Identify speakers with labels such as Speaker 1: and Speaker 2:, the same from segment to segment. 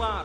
Speaker 1: 啊，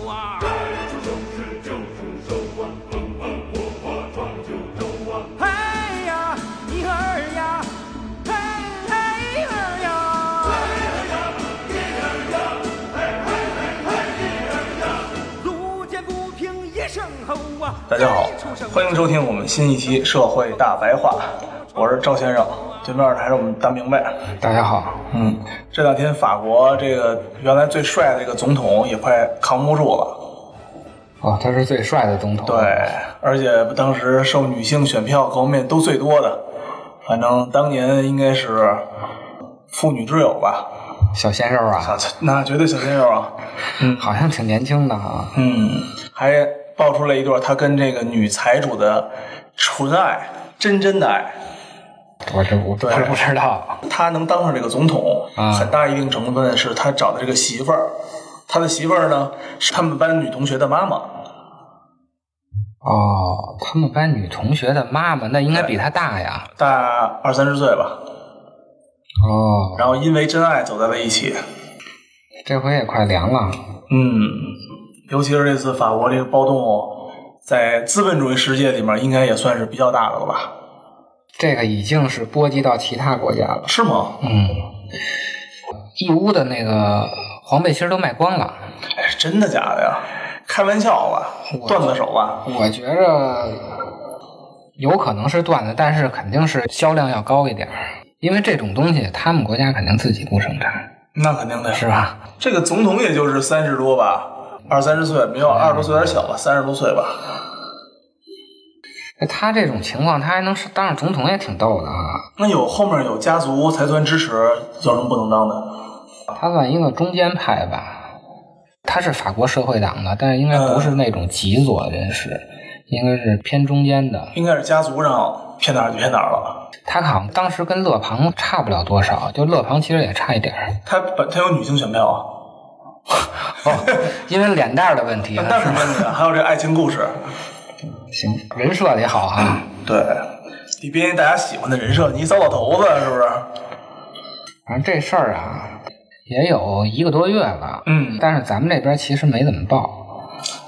Speaker 1: 啊。哎呀，一儿呀，嘿嘿一儿呀，路见不平一声吼啊。
Speaker 2: 大家好，欢迎收听我们新一期《社会大白话》，我是赵先生，对面还是我们大明白。
Speaker 3: 大家好，
Speaker 2: 嗯，这两天法国这个原来最帅的这个总统也快扛不住了，
Speaker 3: 哦，他是最帅的总统。
Speaker 2: 对，而且当时受女性选票各方面都最多的，反正当年应该是妇女之友吧，
Speaker 3: 小鲜肉啊，
Speaker 2: 啊，那绝对小鲜肉啊，
Speaker 3: 好像挺年轻的啊。
Speaker 2: 嗯，还爆出了一段他跟这个女财主的纯爱，真真的爱。
Speaker 3: 我这我不
Speaker 2: 对
Speaker 3: 不知道，
Speaker 2: 他能当上这个总统，
Speaker 3: 啊
Speaker 2: 很大一定成分是他找的这个媳妇儿。他的媳妇儿呢是他们班女同学的妈妈，
Speaker 3: 哦，他们班女同学的妈妈，那应该比他大呀。
Speaker 2: 大二三十岁吧。
Speaker 3: 哦，
Speaker 2: 然后因为真爱走在了一起。
Speaker 3: 这回也快凉了。
Speaker 2: 嗯，尤其是这次法国这个暴动，哦在资本主义世界里面应该也算是比较大的了吧？
Speaker 3: 这个已经是波及到其他国家了。
Speaker 2: 是吗？
Speaker 3: 嗯，义乌的那个黄背心儿都卖光了。
Speaker 2: 哎，真的假的呀？开玩笑吧，
Speaker 3: 我
Speaker 2: 段子手吧？
Speaker 3: 我觉着有可能是段子，但是肯定是销量要高一点儿，因为这种东西他们国家肯定自己不生产，
Speaker 2: 那肯定的呀
Speaker 3: 是吧？
Speaker 2: 这个总统也就是三十多吧，二三十岁，没有二十多岁有点小吧，三十多岁吧。
Speaker 3: 那他这种情况，他还能是当上总统也挺逗的啊！
Speaker 2: 那有后面有家族财团支持，有什么不能当的？
Speaker 3: 他算一个中间派吧，他是法国社会党的，但是应该不是
Speaker 2: 嗯
Speaker 3: 那种极左人士，应该是偏中间的。
Speaker 2: 应该是家族让偏哪儿就偏哪儿了。
Speaker 3: 他好像当时跟勒庞差不了多少，就勒庞其实也差一点儿，
Speaker 2: 他本他有女性选票啊，
Speaker 3: 因为脸蛋儿的 问题啊。
Speaker 2: 哦那是
Speaker 3: 是吧
Speaker 2: 真的。还有这爱情故事，
Speaker 3: 行，人设得好啊。
Speaker 2: 对，你编一大家喜欢的人设，你一糟老头子是不是？
Speaker 3: 反正这事儿啊，也有一个多月了，
Speaker 2: 嗯
Speaker 3: 但是咱们这边其实没怎么报。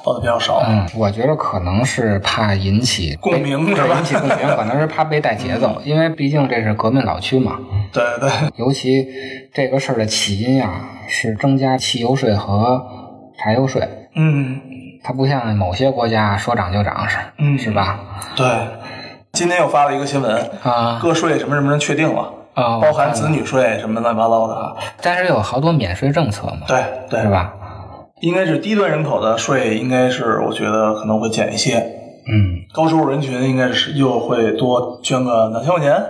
Speaker 2: 报的比较少。
Speaker 3: 嗯，我觉得可能是怕引起
Speaker 2: 共 鸣
Speaker 3: 对
Speaker 2: 是吧
Speaker 3: 引起共鸣，可能是怕被带节
Speaker 2: 嗯
Speaker 3: 奏，因为毕竟这是革命老区嘛。
Speaker 2: 对对，
Speaker 3: 尤其这个事儿的起因呀，是增加汽油税和柴油税，
Speaker 2: 嗯
Speaker 3: 它不像某些国家说涨就涨是，
Speaker 2: 嗯
Speaker 3: 是吧？
Speaker 2: 对。今天又发了一个新闻，
Speaker 3: 啊
Speaker 2: 个税什么什么确定了，
Speaker 3: 啊，
Speaker 2: 嗯包含子女税什么乱七八糟的啊。
Speaker 3: 但是有好多免税政策嘛，
Speaker 2: 对对
Speaker 3: 是？吧？
Speaker 2: 应该是低端人口的税，应该是我觉得可能会减一些，
Speaker 3: 嗯，
Speaker 2: 高收入人群应该是又会多捐个两千块钱，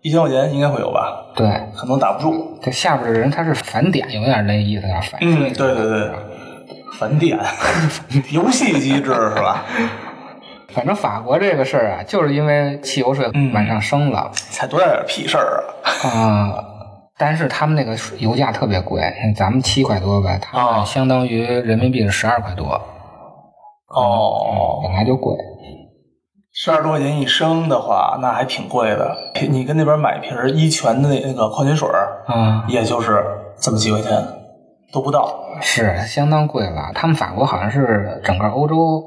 Speaker 2: 一千块钱应该会有吧，
Speaker 3: 对，
Speaker 2: 可能打不住。
Speaker 3: 这下边的人他是返点，有点那意思啊，反
Speaker 2: 嗯，对对对，返点， 游戏机制是吧？
Speaker 3: 反正法国这个事儿啊，就是因为汽油税
Speaker 2: 嗯
Speaker 3: 往上升了
Speaker 2: 才多大点屁事儿啊！
Speaker 3: 啊、但是他们那个水油价特别贵，咱们七块多吧，他
Speaker 2: 哦
Speaker 3: 们相当于人民币是十二块多，
Speaker 2: 哦，
Speaker 3: 本来就贵。
Speaker 2: 十二多块钱一升的话，那还挺贵的。你跟那边买一瓶一泉的那个矿泉水儿，
Speaker 3: 啊、
Speaker 2: 也就是这么几块钱，都不到。
Speaker 3: 是相当贵了。他们法国好像是整个欧洲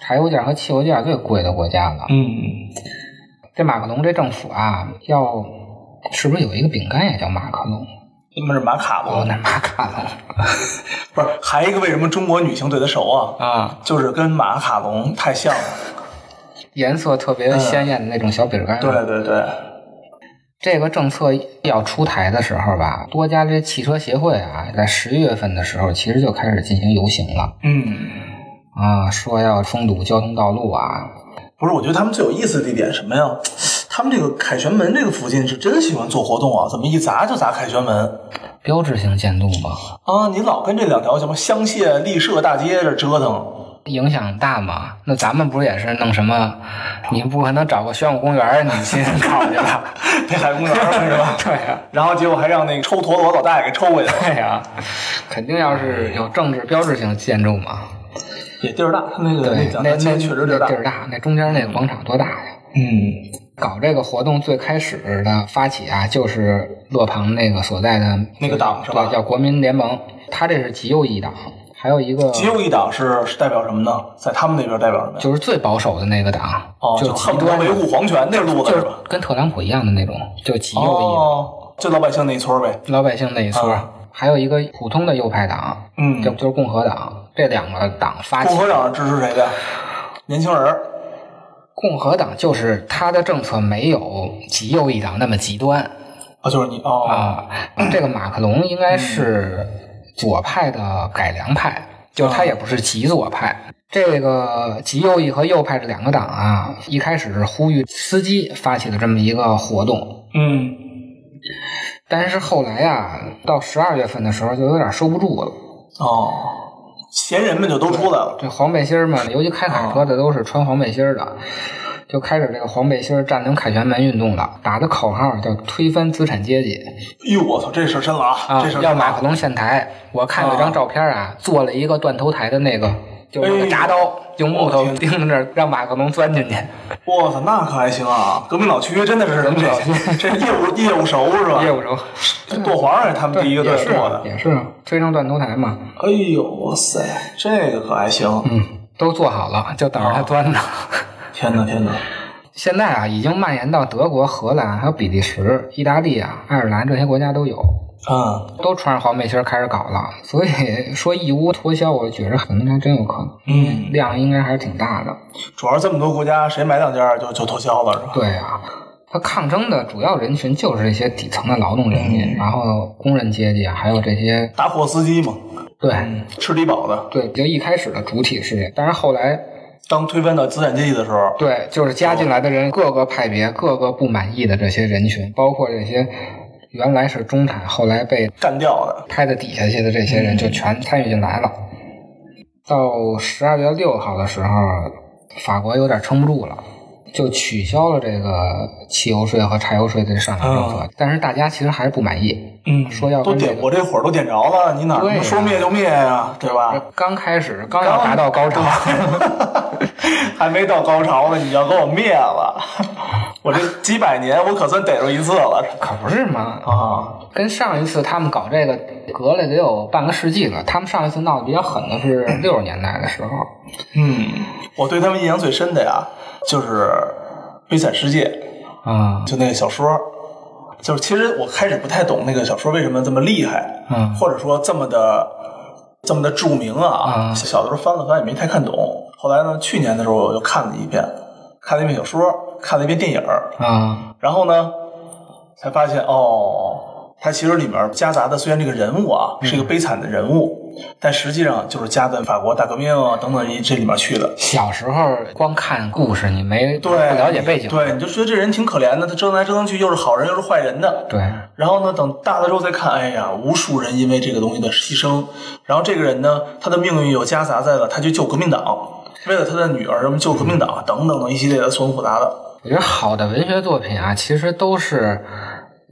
Speaker 3: 柴油价和汽油价最贵的国家了。
Speaker 2: 嗯，
Speaker 3: 这马克龙这政府啊，要是不是有一个饼干也叫马克龙？
Speaker 2: 那么是马卡
Speaker 3: 哦，
Speaker 2: 龙，
Speaker 3: 那马卡龙
Speaker 2: 不是？还有一个为什么中国女性对他熟啊？
Speaker 3: 啊，
Speaker 2: 就是跟马卡龙太像了。
Speaker 3: 颜色特别鲜艳的那种小饼干。
Speaker 2: 对对对，
Speaker 3: 这个政策要出台的时候吧，多家这汽车协会啊，在十月份的时候，其实就开始进行游行了
Speaker 2: 嗯，
Speaker 3: 啊，说要封堵交通道路啊。
Speaker 2: 不是，我觉得他们最有意思的地点是什么呀？他们这个凯旋门这个附近是真喜欢做活动啊，怎么一砸就砸凯旋门
Speaker 3: 标志性建筑嘛，
Speaker 2: 啊？你老跟这两条什么香榭丽舍大街这折腾，
Speaker 3: 影响大嘛。那咱们不是也是弄什么？你不可能找个宣武公园儿你去 搞去吧？
Speaker 2: 北海公园儿是吧？
Speaker 3: 对呀、
Speaker 2: 然后结果还让那个抽陀螺老大爷给抽回去了，
Speaker 3: 对呀、肯定要是有政治标志性建筑嘛。
Speaker 2: 也地儿大，他那个
Speaker 3: 对，
Speaker 2: 讲
Speaker 3: 那
Speaker 2: 台
Speaker 3: 那
Speaker 2: 街确实地儿大
Speaker 3: 那地，儿大，那中间那广场多大呀？
Speaker 2: 嗯，
Speaker 3: 搞这个活动最开始的发起啊，就是勒庞那个所在的
Speaker 2: 那个党是吧
Speaker 3: 对，叫国民联盟，他这是极右翼党，还有一个
Speaker 2: 极右翼党是是代表什么呢？在他们那边代表什么呀？
Speaker 3: 就是最保守的那个党，
Speaker 2: 哦，
Speaker 3: 就
Speaker 2: 就是
Speaker 3: 极
Speaker 2: 恨不得
Speaker 3: 端
Speaker 2: 维护皇权那路子
Speaker 3: 就是是
Speaker 2: 吧？
Speaker 3: 跟特朗普一样的那种，就极右翼的
Speaker 2: 哦，就老百姓那一村儿呗。
Speaker 3: 老百姓那一撮
Speaker 2: 啊
Speaker 3: 儿，还有一个普通的右派党，
Speaker 2: 嗯
Speaker 3: 就就是共和党，这两个党发起
Speaker 2: 共。和党支持谁的？年轻人儿，
Speaker 3: 共和党就是他的政策没有极右翼党那么极端，
Speaker 2: 啊，就是你哦，
Speaker 3: 啊，这个马克龙应该是左派的改良派，就是他也不是极左派。这个极右翼和右派这两个党啊，一开始是呼吁司机发起的这么一个活动，
Speaker 2: 嗯，
Speaker 3: 但是后来啊，到十二月份的时候就有点收不住了。
Speaker 2: 哦，闲人们就都出来了。
Speaker 3: 这黄背心儿嘛，尤其开卡车的都是穿黄背心儿的，就开始这个黄背心儿占领凯旋门运动了，打的口号叫推翻资产阶级。
Speaker 2: 哎呦，我操，这事儿深了啊！
Speaker 3: 啊
Speaker 2: 这事，儿深
Speaker 3: 要
Speaker 2: 了
Speaker 3: 马克龙下台。我看有一张照片啊，做了一个断头台的那个，就是那个铡刀，用木
Speaker 2: 哎我
Speaker 3: 头
Speaker 2: 天啊
Speaker 3: 钉着，让马克龙钻进去。
Speaker 2: 我操，那可还行啊！革命老区真的是
Speaker 3: 革命老区
Speaker 2: 这这业务业务熟是吧？
Speaker 3: 业务中，
Speaker 2: 这剁黄是他们第一个
Speaker 3: 也
Speaker 2: 队
Speaker 3: 是啊
Speaker 2: 做的。
Speaker 3: 也是推上断头台嘛，
Speaker 2: 哎呦，哇塞，这个可还行！
Speaker 3: 嗯，都做好了，就等着
Speaker 2: 啊
Speaker 3: 他钻呢。
Speaker 2: 天哪，天哪！
Speaker 3: 现在啊，已经蔓延到德国、荷兰、还有比利时、意大利啊、爱尔兰这些国家都有，
Speaker 2: 嗯
Speaker 3: 都穿上黄背心儿开始搞了。所以说义乌脱销，我觉着可能还真有可能，
Speaker 2: 嗯，
Speaker 3: 量应该还是挺大的。
Speaker 2: 主要是这么多国家，谁买两家就就脱销了是吧？
Speaker 3: 对啊，他抗争的主要人群就是这些底层的劳动人民，然后工人阶级啊，还有这些
Speaker 2: 大货司机嘛，
Speaker 3: 对、
Speaker 2: 吃低保的。
Speaker 3: 对，就一开始的主体事业，但是后来
Speaker 2: 当推翻到资产阶级的时候，
Speaker 3: 对，就是加进来的人，各个派别、各个不满意的这些人群，包括这些原来是中产，后来被
Speaker 2: 干掉的。
Speaker 3: 拍到底下去的这些人，就
Speaker 2: 嗯
Speaker 3: 全参与进来了。到十二月六号的时候，法国有点撑不住了。就取消了这个汽油税和柴油税的上涨政
Speaker 2: 哦
Speaker 3: 策，但是大家其实还是不满意，
Speaker 2: 嗯
Speaker 3: 说要
Speaker 2: 都
Speaker 3: 跟这
Speaker 2: 点
Speaker 3: 个
Speaker 2: 我这火儿都点着了，你哪
Speaker 3: 对
Speaker 2: 能
Speaker 3: 呀
Speaker 2: 说灭就灭呀、对吧？
Speaker 3: 刚开始刚要达到高潮，
Speaker 2: 还没到高潮呢，你要给我灭了，我这几百年我可算逮着一次了
Speaker 3: 可不是嘛？
Speaker 2: 啊！
Speaker 3: 跟上一次他们搞这个隔了得有半个世纪了。他们上一次闹得比较狠的 是六十年代的时候，
Speaker 2: 嗯，我对他们印象最深的呀，就是《悲惨世界》。
Speaker 3: 啊、
Speaker 2: 就那个小说，就是其实我开始不太懂那个小说为什么这么厉害，
Speaker 3: 嗯
Speaker 2: 或者说这么的呃这么的著名啊。
Speaker 3: 啊
Speaker 2: 小的时候翻了翻也没太看懂，后来呢，去年的时候我又看了一遍，看了一遍小说，看了一遍电影，
Speaker 3: 啊，
Speaker 2: 然后呢，才发现哦，它其实里面夹杂的虽然这个人物
Speaker 3: 嗯
Speaker 2: 啊是一个悲惨的人物，但实际上就是夹在法国大革命啊等等一这里面去的。
Speaker 3: 小时候光看故事，你没
Speaker 2: 对，
Speaker 3: 不了解背景，
Speaker 2: 对，你就觉得这人挺可怜的，他折腾来折腾去，又是好人又是坏人的，
Speaker 3: 对
Speaker 2: 然后呢，等大了之后再看，哎呀，无数人因为这个东西的牺牲，然后这个人呢，他的命运又夹杂在了他去救革命党，为了他的女儿什么救革命党等等等一系列的错综复杂的。
Speaker 3: 我觉得好的文学作品啊，其实都是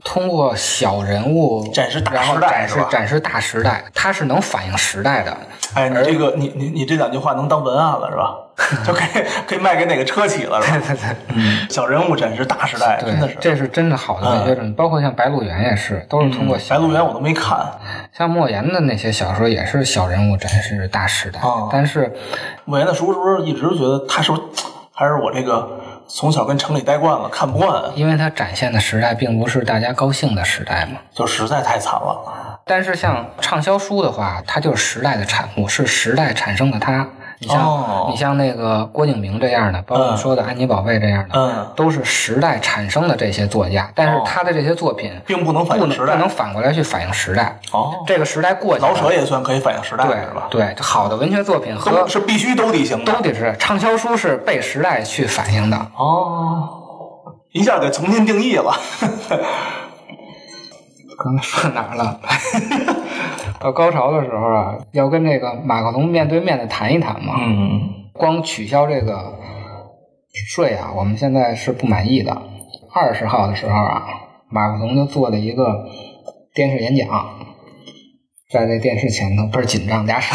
Speaker 3: 通过小人物
Speaker 2: 展示大
Speaker 3: 然后
Speaker 2: 时代
Speaker 3: 展
Speaker 2: 是
Speaker 3: 示
Speaker 2: 吧
Speaker 3: 展示大时代，它是能反映时代的。
Speaker 2: 哎，你这个你你你这两句话能当文案了是吧？就可以可以卖给哪个车企了是吧？嗯小人物展示大时代，
Speaker 3: 对
Speaker 2: 哎真的，是。嗯
Speaker 3: 这是真的好的文学作品，包括像《白鹿原》也是，都是通过小
Speaker 2: 白鹿原我都没看，
Speaker 3: 像莫言的那些小说也是小人物展示大时代，
Speaker 2: 哦
Speaker 3: 但是
Speaker 2: 莫言的书是不是一直觉得他是不是还是我这个从小跟城里待惯了，看不惯啊，
Speaker 3: 因为它展现的时代并不是大家高兴的时代嘛。
Speaker 2: 就实在太惨了。
Speaker 3: 但是像畅销书的话，它就是时代的产物，是时代产生的它。你像、
Speaker 2: 哦
Speaker 3: 你像那个郭敬明这样的，包括
Speaker 2: 嗯
Speaker 3: 你说的安妮宝贝这样的，
Speaker 2: 嗯，
Speaker 3: 都是时代产生的这些作家，但是
Speaker 2: 哦
Speaker 3: 他的这些作品
Speaker 2: 并不能反
Speaker 3: 不
Speaker 2: 映
Speaker 3: 能
Speaker 2: 时
Speaker 3: 不
Speaker 2: 代。
Speaker 3: 能反过来去反映时代。
Speaker 2: 哦，
Speaker 3: 这个时代过去了，
Speaker 2: 老舍也算可以反映时代
Speaker 3: 对
Speaker 2: 是吧？
Speaker 3: 对，好的文学作品和
Speaker 2: 都是必须兜底型
Speaker 3: 都
Speaker 2: 的。
Speaker 3: 得是畅销书是被时代去反映的。
Speaker 2: 哦，一下给重新定义了。
Speaker 3: 刚才说哪儿了？ 到高潮的时候啊，要跟这个马克龙面对面的谈一谈嘛。
Speaker 2: 嗯，
Speaker 3: 光取消这个呃税啊，我们现在是不满意的。二十号的时候啊，马克龙就做了一个电视演讲，在那电视前头倍儿紧张，俩手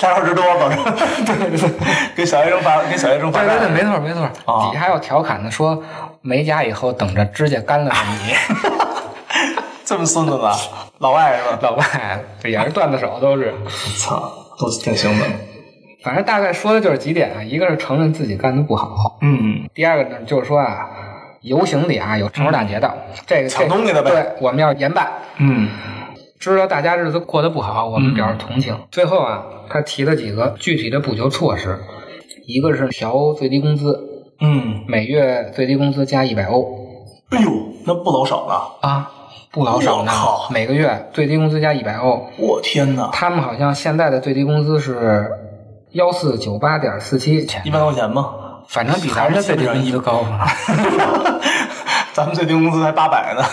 Speaker 2: 俩小时多了， 对对对，给小学生发，给小学生发
Speaker 3: 对对对，
Speaker 2: 弹，
Speaker 3: 没错没错，
Speaker 2: 啊
Speaker 3: 底下要调侃的说，美甲以后等着指甲干了吧 你，
Speaker 2: 这么孙子呢，老外是吧？
Speaker 3: 老外这也是段子手都是，
Speaker 2: 操，都挺行的。
Speaker 3: 反正大概说的就是几点啊，一个是承认自己干的不好，
Speaker 2: 嗯，
Speaker 3: 第二个呢就是说啊，游行里啊有城市打劫的，这个
Speaker 2: 抢东西的呗
Speaker 3: 这对，我们要严办。
Speaker 2: 嗯，
Speaker 3: 知道大家日子过得不好，我
Speaker 2: 嗯
Speaker 3: 们表示同情。最后啊，他提了几个具体的补救措施，一个是调最低工资，
Speaker 2: 嗯，
Speaker 3: 每月最低工资加一百欧
Speaker 2: 哎呦，那不老少了，
Speaker 3: 啊，不老少呢
Speaker 2: 我靠。
Speaker 3: 每个月最低工资加一百欧，
Speaker 2: 我天哪，
Speaker 3: 他们好像现在的最低工资是幺四九八点四七钱
Speaker 2: 一，万块钱吗？
Speaker 3: 反正比咱们的最低工资高。
Speaker 2: 咱们最低工资才八百呢。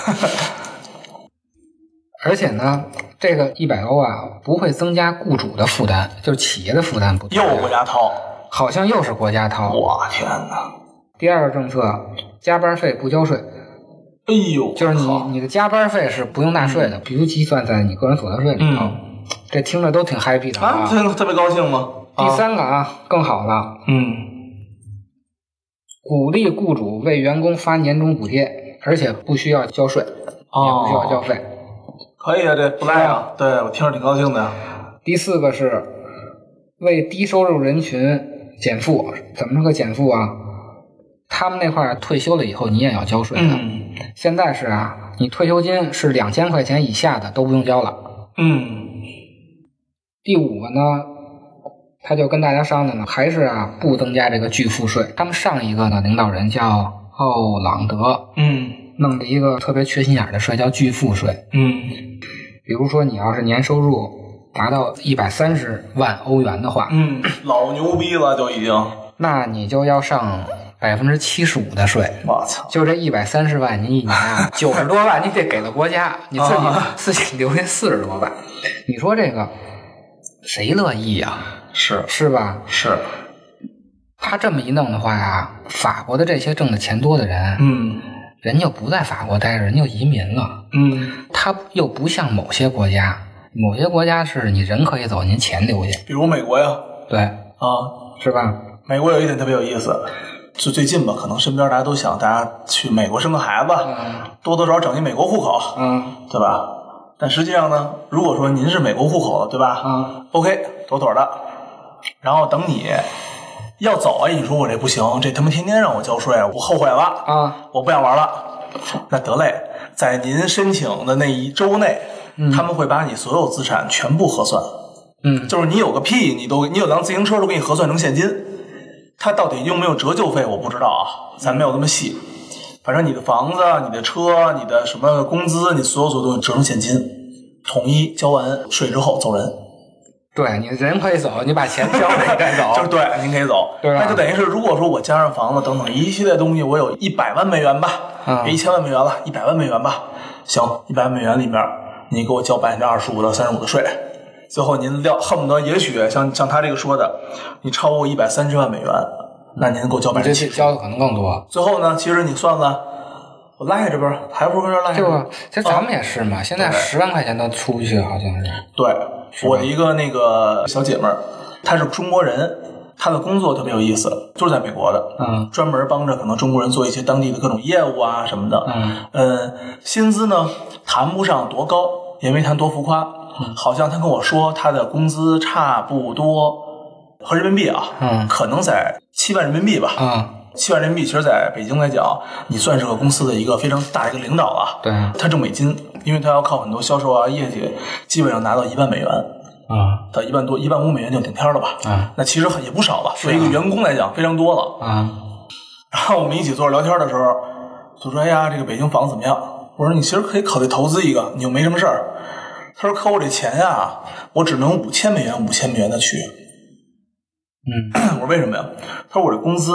Speaker 3: 而且呢，这个一百欧啊，不会增加雇主的负担，就是企业的负担不大
Speaker 2: 又国家掏，
Speaker 3: 好像又是国家掏。
Speaker 2: 我天哪！
Speaker 3: 第二个政策，加班费不交税，
Speaker 2: 哎呦，
Speaker 3: 就是你
Speaker 2: 靠
Speaker 3: 你的加班费是不用纳税的，必须计算在你个人所得税里头。
Speaker 2: 嗯
Speaker 3: 这听着都挺 happy 的
Speaker 2: 啊，特特别高兴吗？啊
Speaker 3: 第，三个啊，更好了，
Speaker 2: 嗯，
Speaker 3: 鼓励雇主为员工发年终补贴，而且不需要交税，也不需要交
Speaker 2: 哦，
Speaker 3: 费。
Speaker 2: 可以啊，这不赖
Speaker 3: 嗯
Speaker 2: 啊，对我听着挺高兴的呀。
Speaker 3: 第四个是为低收入人群减负，怎么是个减负啊？他们那块儿退休了以后，你也要交税的。
Speaker 2: 嗯
Speaker 3: 现在是啊，你退休金是两千块钱以下的都不用交了。
Speaker 2: 嗯，
Speaker 3: 第五个呢，他就跟大家商量了，还是啊不增加这个巨富税。他们上一个呢领导人叫奥朗德，
Speaker 2: 嗯
Speaker 3: 弄了一个特别缺心眼儿的税叫巨富税。
Speaker 2: 嗯
Speaker 3: 比如说你要是年收入达到一百三十万欧元的话，
Speaker 2: 嗯，老牛逼了就已经，
Speaker 3: 那你就要上百分之七十五的税。
Speaker 2: 我操！
Speaker 3: 就这一百三十万，你一年啊九十多万，你得给了国家，你自己、
Speaker 2: 啊
Speaker 3: 自己留下四十多万，你说这个谁乐意呀、
Speaker 2: 是
Speaker 3: 是吧？
Speaker 2: 是，
Speaker 3: 他这么一弄的话呀，法国的这些挣的钱多的人，
Speaker 2: 嗯
Speaker 3: 人就不在法国待着，人就移民了。
Speaker 2: 嗯，
Speaker 3: 他又不像某些国家，某些国家是你人可以走，您钱留下，
Speaker 2: 比如美国呀，
Speaker 3: 对，
Speaker 2: 啊，
Speaker 3: 是吧？
Speaker 2: 美国有一点特别有意思，就最近吧，可能身边大家都想大家去美国生个孩子，
Speaker 3: 嗯
Speaker 2: 多多少少整一美国户口，
Speaker 3: 嗯
Speaker 2: 对吧？但实际上呢，如果说您是美国户口的，对吧？
Speaker 3: 嗯
Speaker 2: o k 妥妥的。然后等你要走，哎，你说我这不行，这他妈天天让我交税，我后悔了，
Speaker 3: 啊，
Speaker 2: 我不想玩了。那得嘞，在您申请的那一周内，他们会把你所有资产全部核算。
Speaker 3: 嗯
Speaker 2: 就是你有个屁，你都你有辆自行车都给你核算成现金，它到底用没有折旧费我不知道啊，咱没有那么细。反正你的房子、啊你的车、你的什么工资，你所有所有东西折成现金，统一交完税之后走人，
Speaker 3: 对你人可以走，你把钱交 了你再走，
Speaker 2: 就是对，您可以走。
Speaker 3: 对啊
Speaker 2: 那就等于是，如果说我加上房子等等一系列东西，我有一百万美元吧，
Speaker 3: 嗯
Speaker 2: 别一千万美元了，一百万美元吧，行，一百万美元里面你给我交百分之二十五到三十五的税，最后您料恨不得也许像像他这个说的，你超过一百三十万美元，那您给我交百
Speaker 3: 你
Speaker 2: 分
Speaker 3: 这
Speaker 2: 之
Speaker 3: 次
Speaker 2: 七。
Speaker 3: 交的可能更多。
Speaker 2: 最后呢，其实你算算，我赖着呗，还不如跟这赖着
Speaker 3: 对
Speaker 2: 呢。
Speaker 3: 吧？其实咱们也是啊嘛，现在
Speaker 2: 嗯哦对
Speaker 3: 十万块钱都出不去，好像是。
Speaker 2: 对，我的一个那个小姐妹儿，她是中国人，她的工作特别有意思，就是在美国的，
Speaker 3: 嗯
Speaker 2: 专门帮着可能中国人做一些当地的各种业务啊什么的，
Speaker 3: 嗯
Speaker 2: 呃，薪资呢谈不上多高，也没谈多浮夸，
Speaker 3: 嗯
Speaker 2: 好像她跟我说她的工资差不多。合人民币啊，
Speaker 3: 嗯
Speaker 2: 可能在七万人民币吧，
Speaker 3: 啊，
Speaker 2: 七万人民币，其实在北京来讲，你算是个公司的一个非常大的一个领导了。
Speaker 3: 对啊
Speaker 2: 他挣美金，因为他要靠很多销售啊、业绩，基本上拿到一万美元
Speaker 3: 啊
Speaker 2: 到一万多、一万五美元就顶天了吧？
Speaker 3: 啊
Speaker 2: 那其实很也不少吧，作为一个员工来讲，非常多了。
Speaker 3: 啊！
Speaker 2: 然后我们一起坐着聊天的时候，就说：“哎呀，这个北京房子怎么样？”我说：“你其实可以考虑投资一个，你又没什么事儿。”他说：“可我这钱呀、我只能五千美元、五千美元的取。”
Speaker 3: 嗯
Speaker 2: 我说：“为什么呀？”他说：“我这工资，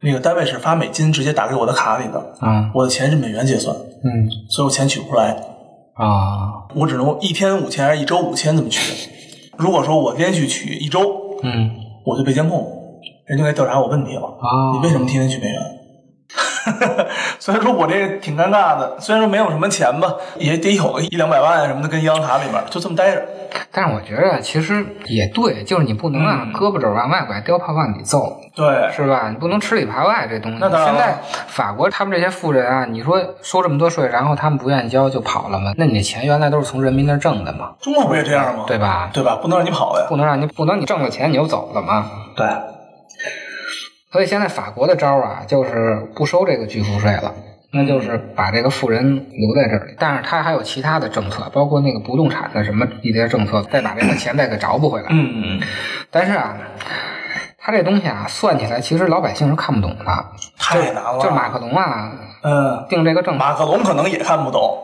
Speaker 2: 那个单位是发美金直接打给我的卡里的。”
Speaker 3: 啊
Speaker 2: 我的钱是美元结算，
Speaker 3: 嗯
Speaker 2: 所以我钱取不出来。
Speaker 3: 啊，
Speaker 2: 我只能一天五千还是一周五千这么取。如果说我连续取一周，
Speaker 3: 嗯，
Speaker 2: 我就被监控，人就该调查我问题了。
Speaker 3: 啊
Speaker 2: 你为什么天天去美元？ 虽然说我这挺尴尬的，虽然说没有什么钱吧，也得有个一两百万什么的跟银行卡里边，就这么待着。
Speaker 3: 但是我觉得其实也对，就是你不能
Speaker 2: 嗯
Speaker 3: 按胳膊肘往外拐，雕爬往里揍，
Speaker 2: 对，
Speaker 3: 是吧？你不能吃里扒外这东西。
Speaker 2: 那当然
Speaker 3: 现
Speaker 2: 了
Speaker 3: 在法国他们这些富人啊，你说收这么多税，然后他们不愿意交就跑了嘛？那你的钱原来都是从人民那儿挣的嘛，
Speaker 2: 中国不也这样吗？
Speaker 3: 对吧？
Speaker 2: 对吧？不能让你跑呀。
Speaker 3: 不能让你不能你挣了钱你就走了嘛。
Speaker 2: 对，
Speaker 3: 所以现在法国的招儿啊，就是不收这个巨富税了。那就是把这个富人留在这里，但是他还有其他的政策，包括那个不动产的什么一些政策，再把这个钱再给找补回来。
Speaker 2: 嗯，
Speaker 3: 但是啊，他这东西啊，算起来其实老百姓是看不懂的。
Speaker 2: 太难了。
Speaker 3: 就马克龙啊，
Speaker 2: 嗯，
Speaker 3: 定这个政策，
Speaker 2: 马克龙可能也看不懂，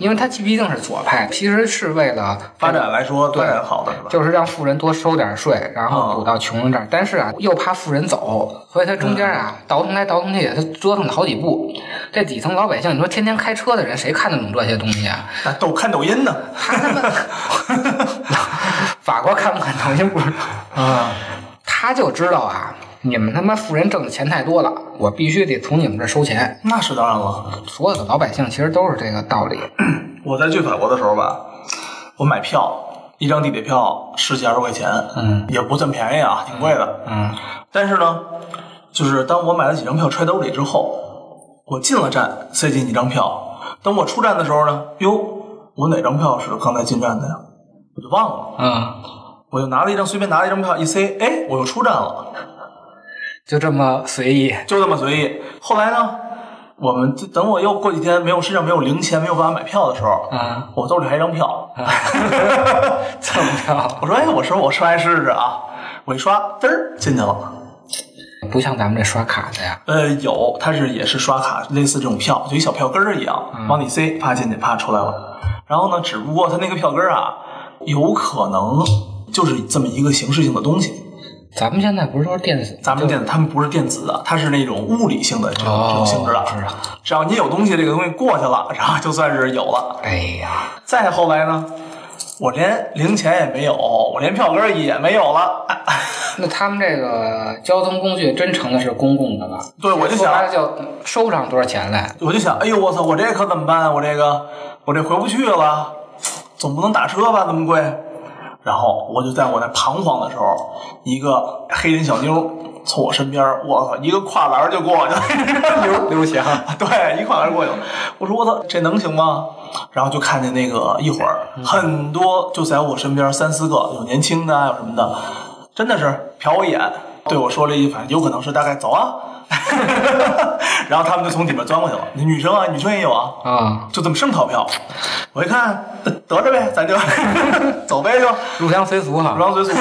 Speaker 3: 因为他毕竟是左派，其实是为了
Speaker 2: 发展来说
Speaker 3: 对
Speaker 2: 发展好的是吧？
Speaker 3: 就是让富人多收点税，然后
Speaker 2: 哦
Speaker 3: 补到穷人这儿。但是啊，又怕富人走，所以他中间啊倒腾来倒腾去，他折腾了好几步。这底层老百姓，你说天天开车的人，谁看得懂这些东西啊？
Speaker 2: 那抖哎看抖音呢。
Speaker 3: 他他妈，法国看不看抖音不知 道，
Speaker 2: 啊，
Speaker 3: 他就知道啊，你们他妈富人挣的钱太多了，我必须得从你们这儿收钱。
Speaker 2: 那是当然了。
Speaker 3: 所有的老百姓其实都是这个道理。
Speaker 2: 我在去法国的时候吧，我买票，一张地铁票十几二十块钱，
Speaker 3: 嗯
Speaker 2: 也不算便宜啊，挺贵的。
Speaker 3: 嗯
Speaker 2: 但是呢，就是当我买了几张票揣兜里之后，我进了站塞进几张票，等我出站的时候呢，哟，我哪张票是刚才进站的呀？我就忘了，
Speaker 3: 嗯，
Speaker 2: 我就拿了一张随便拿了一张票一塞，哎，我又出站了。
Speaker 3: 就这么随意。
Speaker 2: 就这么随意。后来呢，我们就等我又过几天没有身上没有零钱，没有办法买票的时候，
Speaker 3: 啊
Speaker 2: 我兜里还有一张票，
Speaker 3: 蹭票，
Speaker 2: 我说哎，我说我刷一试试啊，我一刷，嘚儿进去了。
Speaker 3: 不像咱们这刷卡的呀。
Speaker 2: 呃，有，它是也是刷卡，类似这种票，就一小票根儿一样，往里塞，啪进去，啪出来了。然后呢，只不过它那个票根儿啊，有可能就是这么一个形式性的东西。
Speaker 3: 咱们现在不是说电子，
Speaker 2: 咱们电
Speaker 3: 子
Speaker 2: 子，他们不是电子的，它是那种物理性的这种、这
Speaker 3: 哦
Speaker 2: 种性质的
Speaker 3: 知道。
Speaker 2: 只要你有东西，这个东西过去了，然后就算是有了。
Speaker 3: 哎呀，
Speaker 2: 再后来呢，我连零钱也没有，我连票根儿也没有了。 啊
Speaker 3: 那他们这个交通工具真成的是公共的了。
Speaker 2: 对我就
Speaker 3: 说
Speaker 2: 想
Speaker 3: 白了就收不上多少钱来。
Speaker 2: 我就想，哎呦我操，我这可怎么办？我这个我这回不去了，总不能打车吧？这么贵。然后我就在我那彷徨的时候，一个黑人小妞从我身边，我操，一个跨栏就过去了， 刘
Speaker 3: 刘翔，
Speaker 2: 对，一跨栏过去了。我说我操，这能行吗？然后就看见那个一会儿很多就在我身边三四个，有年轻的啊，有什么的，真的是瞟我一眼，对我说了一反正有可能是大概走啊， 然后他们就从里面钻过去了。女生啊，女生也有啊，
Speaker 3: 啊，
Speaker 2: 就这么剩套票。我一看，得得着呗，咱就 走呗就。
Speaker 3: 入乡随俗哈。
Speaker 2: 然后随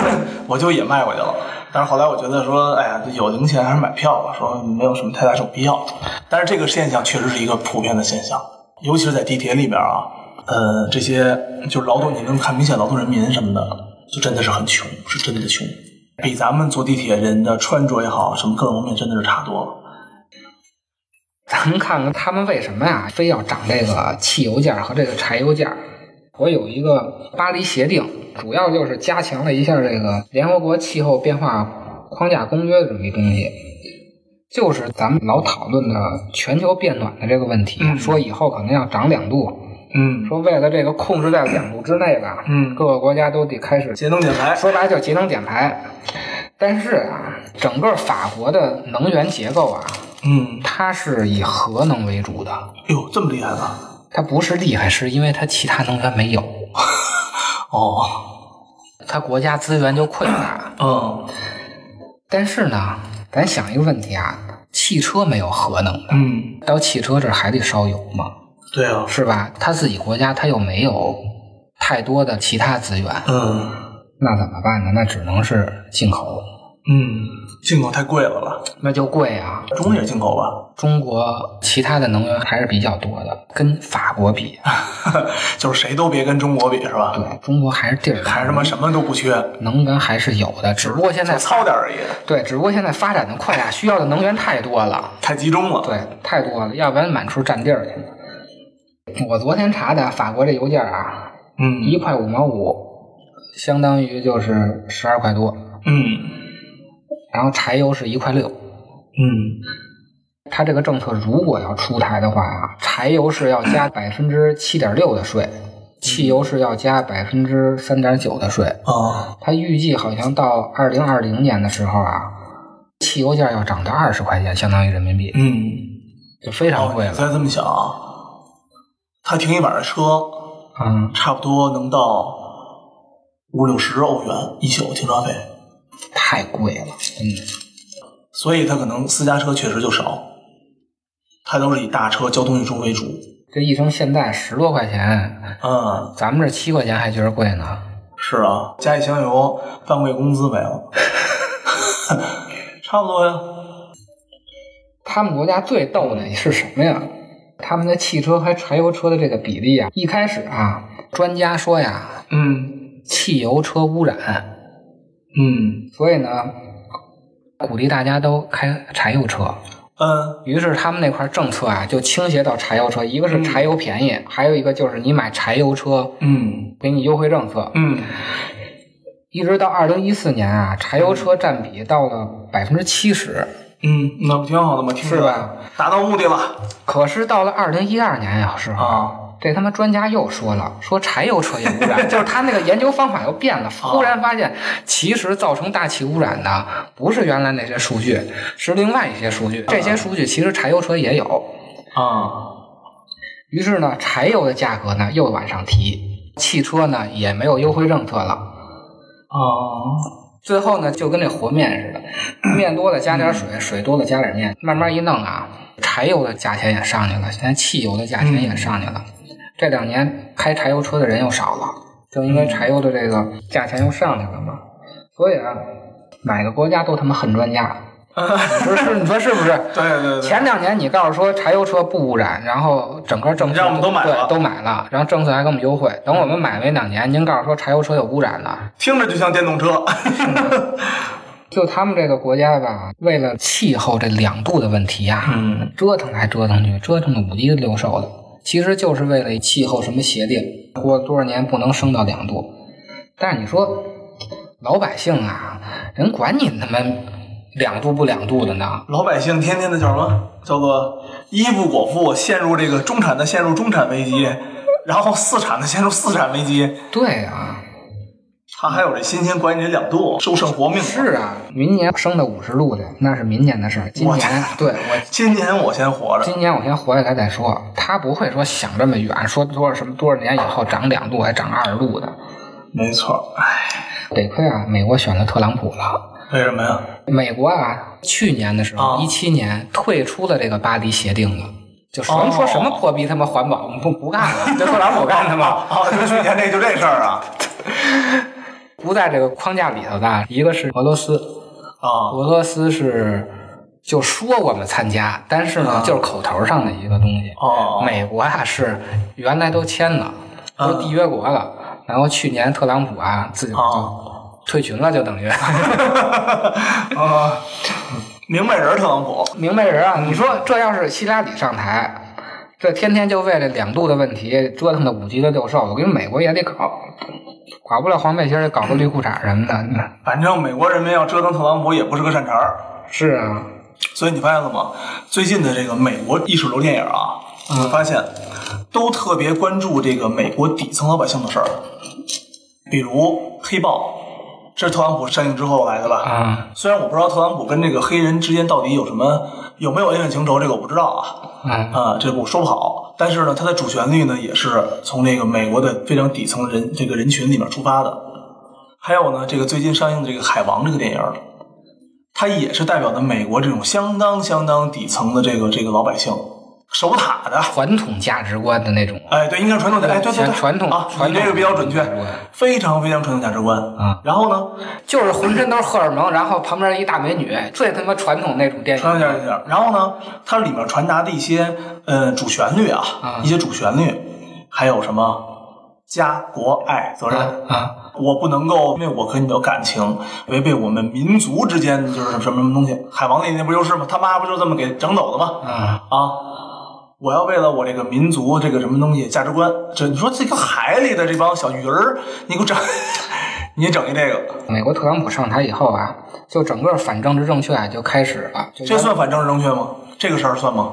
Speaker 2: 我就也卖过去了。但是后来我觉得说，哎呀，有零钱还是买票吧，说没有什么太大这种必要。但是这个现象确实是一个普遍的现象，尤其是在地铁里面啊，呃，这些就是劳动，你能看明显劳动人民什么的，就真的是很穷，是真的穷，比咱们坐地铁人的穿着也好，什么各种方面真的是差多了。
Speaker 3: 咱们看看他们为什么呀，非要涨这个汽油价和这个柴油价。我有一个巴黎协定，主要就是加强了一下这个联合国气候变化框架公约的这么一东西，就是咱们老讨论的全球变暖的这个问题，
Speaker 2: 嗯
Speaker 3: 说以后可能要涨两度，
Speaker 2: 嗯，
Speaker 3: 说为了这个控制在两度之内吧，
Speaker 2: 嗯
Speaker 3: 各个国家都得开始
Speaker 2: 节能减排，
Speaker 3: 说白了就是节能减排。但是啊，整个法国的能源结构啊，
Speaker 2: 嗯，
Speaker 3: 它是以核能为主的，
Speaker 2: 哟，这么厉害呢？
Speaker 3: 它不是厉害，是因为它其他能源没有，
Speaker 2: 哦，
Speaker 3: 它国家资源就匮乏。
Speaker 2: 嗯
Speaker 3: 但是呢，咱想一个问题啊，汽车没有核能的，
Speaker 2: 嗯，
Speaker 3: 到汽车这儿还得烧油嘛，
Speaker 2: 对啊，
Speaker 3: 是吧？它自己国家它又没有太多的其他资源，
Speaker 2: 嗯
Speaker 3: 那怎么办呢？那只能是进口，
Speaker 2: 嗯，进口太贵了吧？
Speaker 3: 那就贵啊。
Speaker 2: 中国也是进口吧？
Speaker 3: 中国其他的能源还是比较多的，跟法国比，
Speaker 2: 就是谁都别跟中国比是吧？
Speaker 3: 对中国还是地儿大，
Speaker 2: 还是他妈什么都不缺，
Speaker 3: 能源还是有的，只不过现在
Speaker 2: 就糙点而已，
Speaker 3: 对，只不过现在发展的快啊，需要的能源太多了。
Speaker 2: 太集中了。
Speaker 3: 对，太多了，要不然满处占地儿去。我昨天查的法国这油价啊，
Speaker 2: 嗯
Speaker 3: 一块五毛五，相当于就是十二块多。
Speaker 2: 嗯
Speaker 3: 然后柴油是一块六。
Speaker 2: 嗯
Speaker 3: 它这个政策如果要出台的话啊，柴油是要加百分之七点六的税，汽油是要加百分之三点九的税。
Speaker 2: 啊
Speaker 3: 它预计好像到二零二零年的时候啊，汽油价要涨到二十块钱，相当于人民币，
Speaker 2: 嗯，
Speaker 3: 就非常贵
Speaker 2: 哦，你
Speaker 3: 了。
Speaker 2: 再这么想啊，他停一晚上车，
Speaker 3: 嗯，
Speaker 2: 差不多能到五六十欧元一宿停车费，
Speaker 3: 太贵了，嗯真的。
Speaker 2: 所以他可能私家车确实就少，他都是以大车交通运输为主。
Speaker 3: 这一升现在十多块钱，
Speaker 2: 嗯，
Speaker 3: 咱们这七块钱还觉得贵呢。
Speaker 2: 是啊，加一箱油，半个月工资没了， 差不多呀。
Speaker 3: 他们国家最逗的是什么呀？他们的汽车和柴油车的这个比例啊，一开始啊，专家说呀，
Speaker 2: 嗯
Speaker 3: 汽油车污染，
Speaker 2: 嗯
Speaker 3: 所以呢，鼓励大家都开柴油车。
Speaker 2: 嗯
Speaker 3: 于是他们那块政策啊，就倾斜到柴油车，一个是柴油便宜，还有一个就是你买柴油车
Speaker 2: 嗯
Speaker 3: 给你优惠政策。
Speaker 2: 嗯
Speaker 3: 一直到二零一四年啊，柴油车占比到了百分之七十。
Speaker 2: 嗯，那不挺好的吗？听着
Speaker 3: 是吧？
Speaker 2: 达到目的了
Speaker 3: 可是到了二零一二年呀、时候，
Speaker 2: 啊！
Speaker 3: 这他妈专家又说了，说柴油车也污 染，就是他那个研究方法又变了，忽然发现其实造成大气污染的不是原来那些数据，是另外一些数据。这些数据其实柴油车也有。
Speaker 2: 啊，
Speaker 3: 于是呢，柴油的价格呢又往上提，汽车呢也没有优惠政策了。
Speaker 2: 哦，
Speaker 3: 最后呢，就跟这和面似的，面多了加点水，水多了加点面，慢慢一弄啊，柴油的价钱也上去了，现在汽油的价钱也上去了。
Speaker 2: 嗯
Speaker 3: 这两年开柴油车的人又少了，就因为柴油的这个价钱又上去了嘛。所以啊，哪个国家都他妈恨 专家，你说是？你说是不是？
Speaker 2: 啊对对对，
Speaker 3: 前两年你告诉说柴油车不污染，然后整个政策
Speaker 2: 让我们都买了
Speaker 3: 对都买了，然后政策还给我们优惠。等我们买没两年，您告诉说柴油车有污染了。
Speaker 2: 听着就像电动车。
Speaker 3: 就他们这个国家吧，为了气候这两度的问题呀、
Speaker 2: 嗯
Speaker 3: 折腾来折腾去，折腾的五滴六兽的，其实就是为了气候什么协定，过多少年不能升到两度。但是你说老百姓啊，人管你他妈两度不两度的呢？
Speaker 2: 老百姓天天的叫什么？叫做衣不果腹，陷入这个中产的陷入中产危机，然后四产的陷入四产危机。
Speaker 3: 对啊，
Speaker 2: 他还有这心情管你这两度，收生活命。
Speaker 3: 是啊，明年升到五十度去，那是明年的事儿。今
Speaker 2: 我
Speaker 3: 年对我，
Speaker 2: 今年我先活着。
Speaker 3: 今年我先活下来再说。他不会说想这么远，说多少什么多少年以后涨两度还涨二十度的。
Speaker 2: 没错，哎，
Speaker 3: 得亏啊，美国选了特朗普了。
Speaker 2: 为什么呀？
Speaker 3: 美国啊，去年的时
Speaker 2: 啊
Speaker 3: 候，一七、年退出了这个巴黎协定了。就什么
Speaker 2: 哦
Speaker 3: 说什么破逼他妈环保，我们不不干了，就特朗普干的嘛，
Speaker 2: 啊，就去年这就这事儿 啊
Speaker 3: 不在这个框架里头的。一个是俄罗斯，
Speaker 2: 啊
Speaker 3: 俄罗斯是就说我们参加，但是呢，就是口头上的一个东西。
Speaker 2: 嗯哦
Speaker 3: 美国啊是原来都签了，都
Speaker 2: 嗯
Speaker 3: 缔约国了，然后去年特朗普啊自己
Speaker 2: 啊
Speaker 3: 退群了，就等于。
Speaker 2: 啊！明白人儿特朗普，
Speaker 3: 明白人啊，你说这要是希拉里上台，这天天就为了两度的问题折腾的五级的六兽，我跟美国也得搞，搞不了黄背心儿，搞个绿裤衩什么的。那
Speaker 2: 反正美国人民要折腾特朗普也不是个善茬儿。
Speaker 3: 是啊，
Speaker 2: 所以你发现了吗？最近的这个美国意识流电影啊，你会发现都特别关注这个美国底层老百姓的事儿，比如《黑豹》，这是特朗普上映之后来的吧？
Speaker 3: 啊
Speaker 2: 虽然我不知道特朗普跟这个黑人之间到底有什么有没有恩怨情仇，这个我不知道啊。
Speaker 3: 嗯，
Speaker 2: 啊，这我说不好。但是呢，它的主旋律呢也是从这个美国的非常底层的人这个人群里面出发的。还有呢，这个最近上映的这个《海王》这个电影儿，它也是代表的美国这种相当相当底层的这个这个老百姓，守塔的。
Speaker 3: 传统价值观的那种。
Speaker 2: 哎，对，应该是传统的，哎，对对对，
Speaker 3: 传统
Speaker 2: 啊，
Speaker 3: 传
Speaker 2: 你这
Speaker 3: 统
Speaker 2: 个比较准确
Speaker 3: 价值观，
Speaker 2: 非常非常传统价值观
Speaker 3: 啊。
Speaker 2: 然后呢，
Speaker 3: 就是浑身都是荷尔蒙，然后旁边一大美女，最他妈传统那种电
Speaker 2: 传统
Speaker 3: 影。
Speaker 2: 价值观，然后呢，它里面传达的一些呃主旋律啊，
Speaker 3: 啊
Speaker 2: 一些主旋律，还有什么家国爱责任，
Speaker 3: 啊，
Speaker 2: 我不能够因为我和你的感情违背我们民族之间的就是什么什么东西。海王那那不就是吗？他妈不就这么给整走的吗？
Speaker 3: 嗯
Speaker 2: 啊，我要为了我这个民族这个什么东西价值观，这你说这个海里的这帮小鱼儿，你给我整， 你整一这个，
Speaker 3: 美国特朗普上台以后啊，就整个反政治正确啊就开始了，就
Speaker 2: 这算反政治正确吗？这个事儿算吗？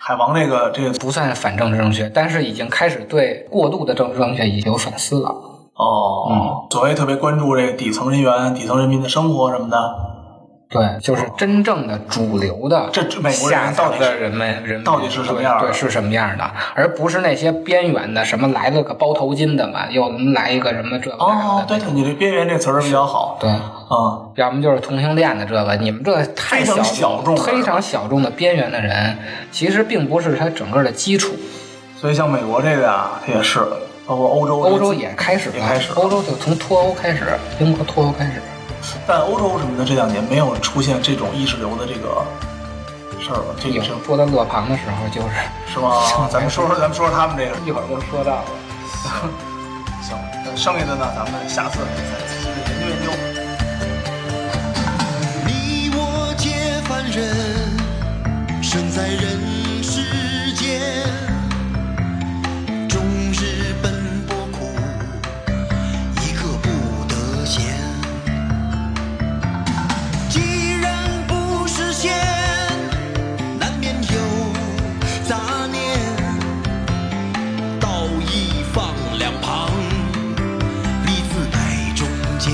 Speaker 2: 海王这个这个
Speaker 3: 不算反政治正确，但是已经开始对过度的政治正确已经有反思了。
Speaker 2: 哦，所谓特别关注这个底层人员、底层人民的生活什么的，
Speaker 3: 对，就是真正的主流的
Speaker 2: 哦这这美国人
Speaker 3: 下
Speaker 2: 到底
Speaker 3: 层
Speaker 2: 是
Speaker 3: 的人们人民
Speaker 2: 到底是什么样儿
Speaker 3: 对，对是什么样儿的，而不是那些边缘的什么来了个包头巾的嘛，又来一个什么这个那
Speaker 2: 哦，
Speaker 3: 个
Speaker 2: 对
Speaker 3: 的
Speaker 2: 对，你这“边缘”这词儿比较好
Speaker 3: 对，
Speaker 2: 啊。
Speaker 3: 要么就是同性恋的这个，你们这太
Speaker 2: 非常
Speaker 3: 小
Speaker 2: 小众
Speaker 3: 众
Speaker 2: 了
Speaker 3: 非常小众的边缘的人，其实并不是他整个的基础。
Speaker 2: 所以像美国这个啊，它也是，包括欧洲，
Speaker 3: 欧洲也开始
Speaker 2: 也
Speaker 3: 了，
Speaker 2: 开始了
Speaker 3: 欧洲就从脱欧开始，英国脱欧开始。
Speaker 2: 但欧洲什么的这两年没有出现这种意识流的这个事儿了，这
Speaker 3: 有
Speaker 2: 个是
Speaker 3: 说到勒庞的时候，就是
Speaker 2: 是吗？ 咱们说说，咱们说说他们这个
Speaker 3: 一会儿就说到了。
Speaker 2: 行，那剩下的呢，咱们下次再仔细的研究研究。
Speaker 4: 你我皆凡人，生在人世间，终日奔波苦，一刻不得闲。既然不是仙，难免有杂念，道义放两旁，利字摆中间。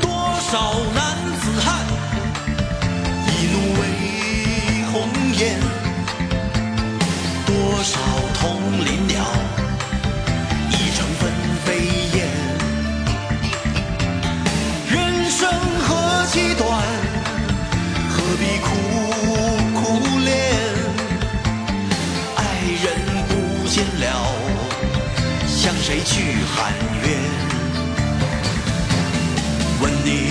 Speaker 4: 多少男子汉，一怒为红颜；多少同林鸟，一成分飞燕。人生何其短，何必苦苦恋？爱人不见了，向谁去喊冤？问你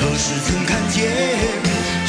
Speaker 4: 何时曾看见，